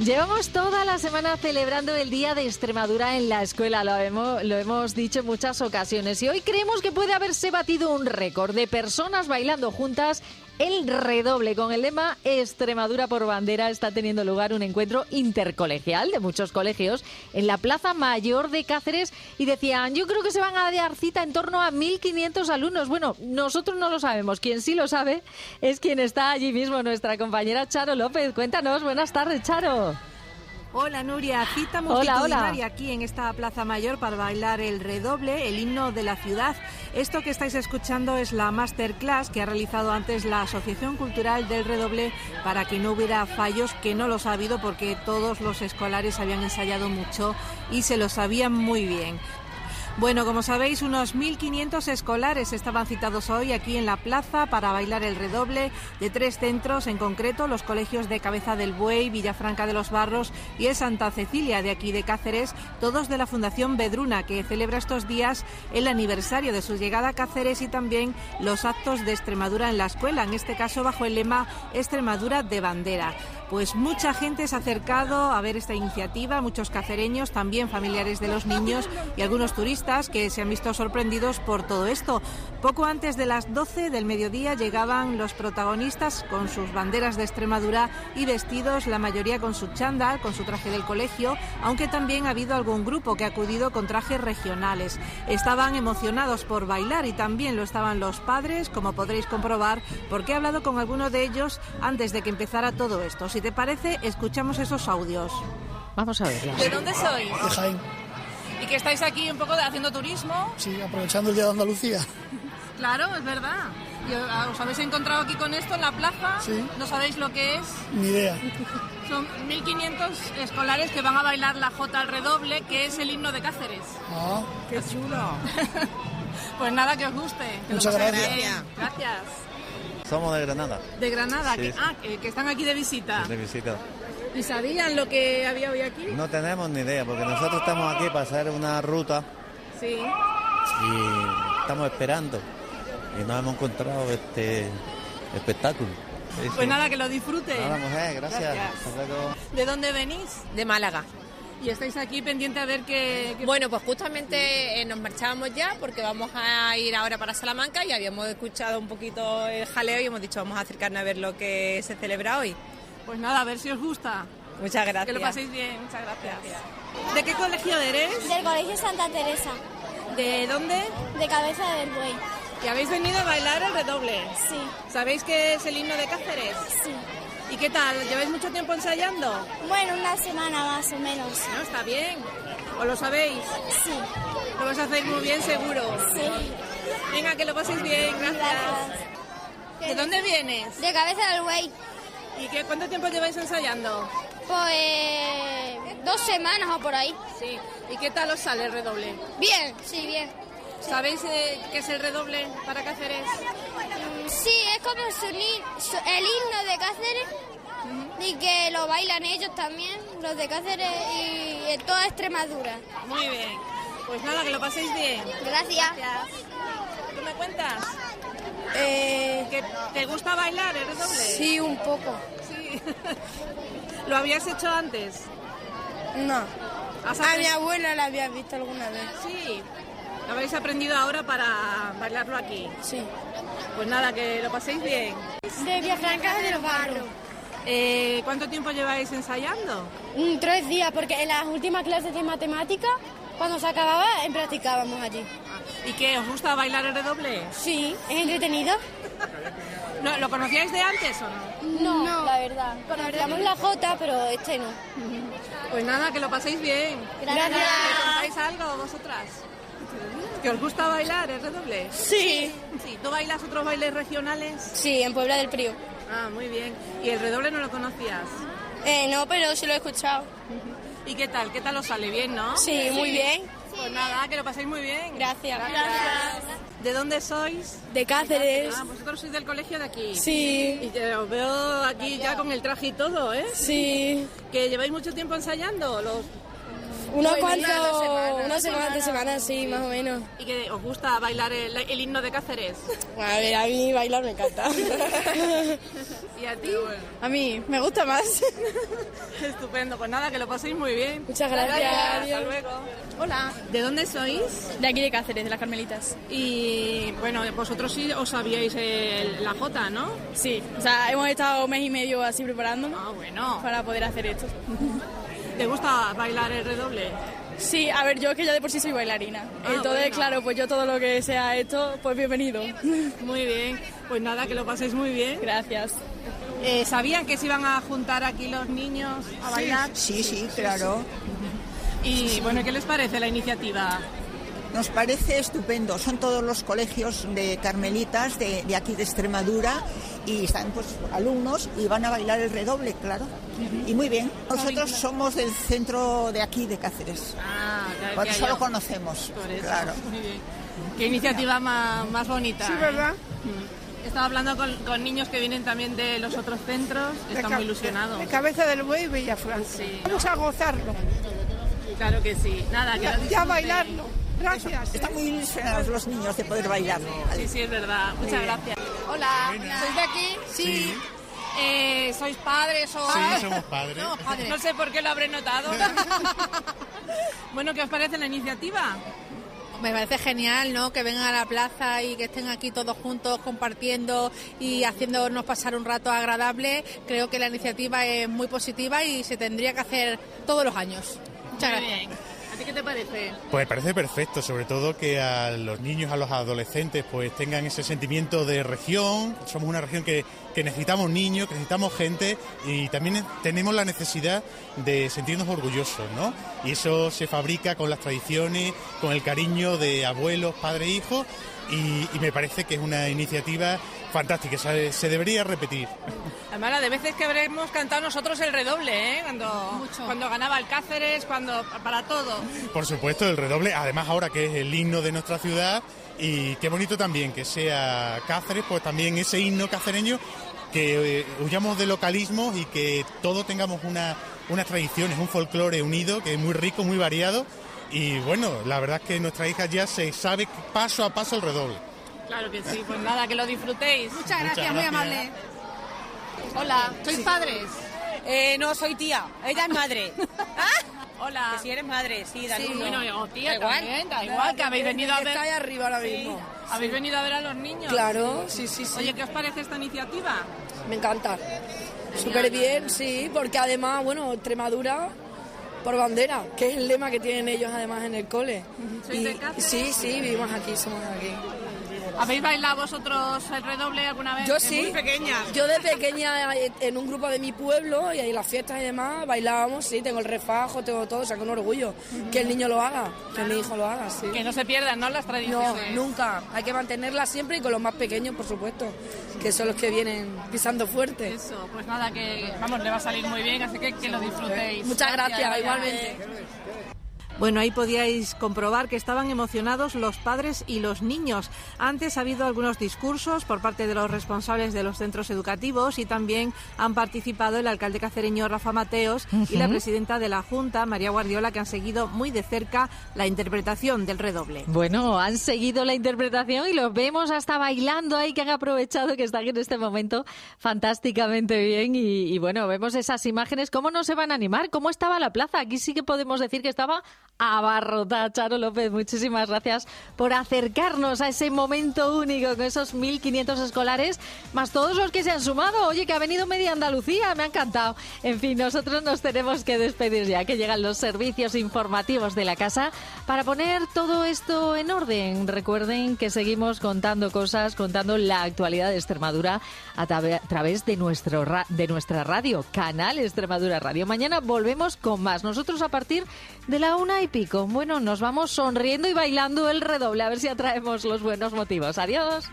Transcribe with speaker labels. Speaker 1: Llevamos toda la semana celebrando el Día de Extremadura en la escuela, lo hemos, lo hemos dicho en muchas ocasiones, y hoy creemos que puede haberse batido un récord de personas bailando juntas el redoble con el lema Extremadura por bandera está teniendo lugar un encuentro intercolegial de muchos colegios en la Plaza Mayor de Cáceres y decían, yo creo que se van a dar cita en torno a 1.500 alumnos. Bueno, nosotros no lo sabemos, quien sí lo sabe es quien está allí mismo, nuestra compañera Charo López. Cuéntanos, buenas tardes Charo.
Speaker 2: Hola Nuria, cita multitudinaria hola, hola. aquí en esta Plaza Mayor para bailar el redoble, el himno de la ciudad. Esto que estáis escuchando es la masterclass que ha realizado antes la Asociación Cultural del Redoble para que no hubiera fallos, que no los ha habido porque todos los escolares habían ensayado mucho y se lo sabían muy bien. Bueno, como sabéis, unos 1.500 escolares estaban citados hoy aquí en la plaza para bailar el redoble de tres centros, en concreto los colegios de Cabeza del Buey, Villafranca de los Barros y el Santa Cecilia de aquí de Cáceres, todos de la Fundación Bedruna, que celebra estos días el aniversario de su llegada a Cáceres y también los actos de Extremadura en la escuela, en este caso bajo el lema Extremadura de bandera. Pues mucha gente se ha acercado a ver esta iniciativa, muchos cacereños, también familiares de los niños y algunos turistas que se han visto sorprendidos por todo esto. Poco antes de las 12 del mediodía llegaban los protagonistas con sus banderas de Extremadura y vestidos, la mayoría con su chándal, con su traje del colegio, aunque también ha habido algún grupo que ha acudido con trajes regionales. Estaban emocionados por bailar y también lo estaban los padres, como podréis comprobar, porque he hablado con alguno de ellos antes de que empezara todo esto. Si te parece, escuchamos esos audios.
Speaker 1: Vamos a verlos.
Speaker 3: ¿De dónde sois?
Speaker 4: De Jaén
Speaker 3: y que estáis aquí un poco haciendo turismo.
Speaker 4: Sí, aprovechando el Día de Andalucía.
Speaker 3: claro, es verdad. Y eh, ah, os habéis encontrado aquí con esto en la plaza.
Speaker 4: Sí.
Speaker 3: No sabéis lo que es.
Speaker 4: Ni idea.
Speaker 3: Son 1.500 escolares que van a bailar la J al redoble, que es el himno de Cáceres.
Speaker 4: Ah,
Speaker 2: qué chulo.
Speaker 3: pues nada, que os guste. Que
Speaker 4: Muchas gracias.
Speaker 3: Bien. Gracias.
Speaker 5: Somos de Granada.
Speaker 3: De Granada,
Speaker 5: Sí.
Speaker 3: que, ah, que, que están aquí de visita.
Speaker 5: De visita.
Speaker 3: ¿Y sabían lo que había hoy aquí?
Speaker 5: No tenemos ni idea, porque nosotros estamos aquí para hacer una ruta
Speaker 3: Sí.
Speaker 5: y estamos esperando. Y no hemos encontrado este espectáculo. Sí, sí.
Speaker 3: Pues nada, que lo disfruten.
Speaker 5: Nada, mujer, gracias.
Speaker 3: Gracias.
Speaker 5: Hasta luego.
Speaker 3: ¿De dónde venís?
Speaker 6: de Málaga.
Speaker 3: Y estáis aquí pendiente a ver qué... qué-
Speaker 6: Bueno, pues justamente eh, nos marchábamos ya porque vamos a ir ahora para Salamanca y habíamos escuchado un poquito el jaleo y hemos dicho vamos a acercarnos a ver lo que se celebra hoy.
Speaker 3: Pues nada, a ver si os gusta.
Speaker 6: Muchas gracias.
Speaker 3: Que lo paséis bien, muchas gracias. ¿De qué colegio eres?
Speaker 7: Del Colegio Santa Teresa,
Speaker 3: ¿De dónde?
Speaker 7: de Cabeza del Buey.
Speaker 3: Que habéis venido a bailar el redoble.
Speaker 7: Sí,
Speaker 3: ¿Sabéis qué es el himno de Cáceres?
Speaker 7: sí.
Speaker 3: ¿Y qué tal? ¿Lleváis mucho tiempo ensayando?
Speaker 7: Bueno, una semana más o menos.
Speaker 3: No, está bien. ¿O lo sabéis?
Speaker 7: Sí,
Speaker 3: Lo vas a hacer muy bien seguro.
Speaker 7: sí.
Speaker 3: Venga, que lo paséis bien, gracias. ¿De dónde vienes?
Speaker 7: De Cabeza del Buey,
Speaker 3: ¿Y qué, cuánto tiempo lleváis ensayando?
Speaker 7: pues dos semanas o por ahí.
Speaker 3: Sí. ¿Y qué tal os sale el redoble?
Speaker 7: Bien, sí, bien.
Speaker 3: ¿Sabéis eh, qué es el redoble para Cáceres?
Speaker 7: Mm, Sí, es como su li- su- el himno de Cáceres y que lo bailan ellos también, los de Cáceres y en toda Extremadura.
Speaker 3: Muy bien. Pues nada, que lo paséis bien.
Speaker 7: Gracias.
Speaker 3: ¿Tú me cuentas?
Speaker 6: Eh,
Speaker 3: ¿Que ¿Te gusta bailar el redoble?
Speaker 6: un poco.
Speaker 3: Sí. ¿Lo habías hecho antes?
Speaker 6: No.
Speaker 3: ¿Has aprendido?
Speaker 6: abuela la había visto alguna vez.
Speaker 3: Sí. Lo habéis aprendido ahora para bailarlo aquí.
Speaker 6: Sí.
Speaker 3: Pues nada, que lo paséis bien.
Speaker 7: De Villafranca de los Barros.
Speaker 3: Eh, ¿Cuánto tiempo lleváis ensayando?
Speaker 8: Mm, Tres días, porque en las últimas clases de matemática, cuando se acababa, en practicábamos allí.
Speaker 3: ¿Y qué? ¿Os gusta bailar el redoble?
Speaker 8: Sí, es entretenido.
Speaker 3: No, ¿Lo conocíais de antes o no?
Speaker 8: No, la verdad. Conocíamos la J, pero este no.
Speaker 3: Pues nada, que lo paséis bien.
Speaker 7: Gracias.
Speaker 3: ¿Me contáis algo vosotras? ¿Que os gusta bailar el redoble?
Speaker 8: Sí.
Speaker 3: Sí. ¿Tú bailas otros bailes regionales?
Speaker 8: Sí, en Puebla del Prío.
Speaker 3: Ah, muy bien. ¿Y el redoble no lo conocías?
Speaker 8: Eh, no, pero sí lo he escuchado.
Speaker 3: ¿Y qué tal? ¿Qué tal os sale bien, no?
Speaker 8: Sí, muy bien.
Speaker 3: Pues nada, que lo paséis muy bien.
Speaker 8: Gracias.
Speaker 3: ¿De dónde sois?
Speaker 8: De Cáceres.
Speaker 3: Ah, vosotros sois del colegio de aquí.
Speaker 8: Sí,
Speaker 3: Y te- os veo aquí ya con el traje y todo, ¿eh?
Speaker 8: sí.
Speaker 3: ¿Que lleváis mucho tiempo ensayando? Los...
Speaker 8: Unos
Speaker 6: Pues
Speaker 8: cuantos,
Speaker 6: una, dos semanas.
Speaker 8: una semana, dos semanas, sí, más o menos.
Speaker 3: ¿Y que os gusta bailar el, el himno de Cáceres?
Speaker 8: A ver, a mí bailar me encanta.
Speaker 3: ¿Y a ti?
Speaker 8: a mí me gusta más.
Speaker 3: Estupendo, pues nada, que lo paséis muy bien.
Speaker 8: Muchas gracias.
Speaker 3: Hasta luego. Hola, ¿de dónde sois?
Speaker 4: De aquí de Cáceres, de las Carmelitas.
Speaker 3: Y bueno, vosotros sí os sabíais el- la Jota, ¿no?
Speaker 4: Sí, o sea, hemos estado un mes y medio así preparándonos
Speaker 3: Ah, bueno.
Speaker 4: para poder hacer esto.
Speaker 3: ¿Te gusta bailar el redoble?
Speaker 4: Sí, a ver, yo es que ya de por sí soy bailarina.
Speaker 3: Ah,
Speaker 4: Entonces,
Speaker 3: bueno.
Speaker 4: claro, pues yo todo lo que sea esto, pues bienvenido.
Speaker 3: Muy bien, pues nada, que lo paséis muy bien.
Speaker 4: Gracias.
Speaker 3: Eh, ¿Sabían que se iban a juntar aquí los niños a bailar?
Speaker 9: Sí, sí, claro.
Speaker 3: Y bueno, ¿qué les parece la iniciativa?
Speaker 9: Nos parece estupendo. Son todos los colegios de carmelitas de, de aquí de Extremadura y están pues alumnos y van a bailar el redoble, claro. Y muy bien. Nosotros somos del centro de aquí de Cáceres.
Speaker 3: Ah, claro,
Speaker 9: Por
Speaker 3: que
Speaker 9: eso
Speaker 3: yo-
Speaker 9: lo conocemos.
Speaker 3: Por eso.
Speaker 9: Claro.
Speaker 3: Muy bien. Qué iniciativa más, más bonita. Sí, ¿verdad? Estaba hablando con, con niños que vienen también de los otros centros, están muy ilusionados.
Speaker 10: cabeza del buey, Bella Francia.
Speaker 3: Sí, ¿no?
Speaker 10: Vamos a gozarlo,
Speaker 3: Claro que sí. Nada, que lo
Speaker 10: ya
Speaker 3: disfruten.
Speaker 10: bailarlo. Gracias.
Speaker 9: Están muy ilusionados los niños de poder bailar.
Speaker 3: Sí, sí, es verdad. Muchas gracias.
Speaker 6: Hola, ¿sois de aquí? Sí. Eh, ¿Sois padres o...?
Speaker 11: Sí, somos padres.
Speaker 6: No, padres.
Speaker 3: No sé por qué lo habré notado. bueno, ¿qué os parece la iniciativa?
Speaker 6: Me parece genial, ¿no? Que vengan a la plaza y que estén aquí todos juntos compartiendo y haciéndonos pasar un rato agradable. Creo que la iniciativa es muy positiva y se tendría que hacer todos los años. Muchas
Speaker 3: Muy
Speaker 6: gracias.
Speaker 3: bien. ¿A ti qué te parece?
Speaker 11: Pues parece perfecto, sobre todo que a los niños, a los adolescentes, pues tengan ese sentimiento de región. Somos una región que, que necesitamos niños, que necesitamos gente y también tenemos la necesidad de sentirnos orgullosos, ¿no? Y eso se fabrica con las tradiciones, con el cariño de abuelos, padre e hijo y, y me parece que es una iniciativa fantástica, se, se debería repetir.
Speaker 3: Además, la de veces que habremos cantado nosotros el redoble, ¿eh? Cuando, cuando ganaba el Cáceres, cuando para todo.
Speaker 11: Por supuesto, el redoble, además ahora que es el himno de nuestra ciudad y qué bonito también que sea Cáceres, pues también ese himno cacereño, que eh, huyamos de localismos y que todos tengamos una, unas tradiciones, un folclore unido, que es muy rico, muy variado. Y bueno, la verdad es que nuestra hija ya se sabe paso a paso el redoble.
Speaker 3: Claro que sí, pues nada, que lo disfrutéis.
Speaker 6: Muchas gracias,
Speaker 11: Muchas
Speaker 6: muy
Speaker 11: gracias.
Speaker 6: amable. Hola, ¿sois padres?
Speaker 3: Eh, no, soy tía. Ella es madre. Hola.
Speaker 6: Ah. eres madre, sí, de
Speaker 3: Sí, bueno, o tía
Speaker 6: Da igual.
Speaker 3: también, da igual, que habéis venido a ver...
Speaker 10: Está ahí arriba ahora
Speaker 3: Sí,
Speaker 10: mismo.
Speaker 3: habéis venido a ver a los niños.
Speaker 10: Claro, sí, sí, sí.
Speaker 3: Oye, ¿qué os parece esta iniciativa?
Speaker 10: Me encanta. Súper bien, sí, porque además, bueno, Extremadura por bandera, que es el lema que tienen ellos además en el cole.
Speaker 3: ¿Sois de Cáceres?
Speaker 10: sí, sí, vivimos aquí, somos de aquí.
Speaker 3: ¿Habéis bailado vosotros el redoble alguna vez?
Speaker 10: Yo
Speaker 3: Es
Speaker 10: sí.
Speaker 3: Muy pequeña.
Speaker 10: Yo de pequeña eh, en un grupo de mi pueblo y ahí las fiestas y demás bailábamos, sí, tengo el refajo, tengo todo, saco un orgullo. Que el niño lo haga, que mi hijo lo haga, sí.
Speaker 3: Que no se pierdan, ¿no? Las
Speaker 10: No,
Speaker 3: tradiciones.
Speaker 10: nunca. Hay que mantenerla siempre y con los más pequeños, por supuesto, que son los que vienen pisando fuerte.
Speaker 3: Eso, pues nada, que vamos, le va a salir muy bien, así que que lo disfrutéis.
Speaker 10: ¿eh? Muchas gracias, igualmente.
Speaker 2: Bueno, ahí podíais comprobar que estaban emocionados los padres y los niños. Antes ha habido algunos discursos por parte de los responsables de los centros educativos y también han participado el alcalde cacereño Rafa Mateos y la presidenta de la Junta, María Guardiola, que han seguido muy de cerca la interpretación del redoble.
Speaker 1: Bueno, han seguido la interpretación y los vemos hasta bailando ahí, que han aprovechado que están en este momento fantásticamente bien. Y, y bueno, vemos esas imágenes, cómo no se van a animar, cómo estaba la plaza. Aquí sí que podemos decir que estaba abarrotada. Charo López, muchísimas gracias por acercarnos a ese momento único con esos 1.500 escolares, más todos los que se han sumado. Oye, que ha venido media Andalucía, me ha encantado. En fin, nosotros nos tenemos que despedir ya, que llegan los servicios informativos de la casa para poner todo esto en orden. Recuerden que seguimos contando cosas, contando la actualidad de Extremadura a, tabe- a través de, nuestro ra- de nuestra radio, Canal Extremadura Radio. Mañana volvemos con más. Nosotros a partir de la una y pico. Bueno, nos vamos sonriendo y bailando el redoble, a ver si atraemos los buenos motivos. Adiós.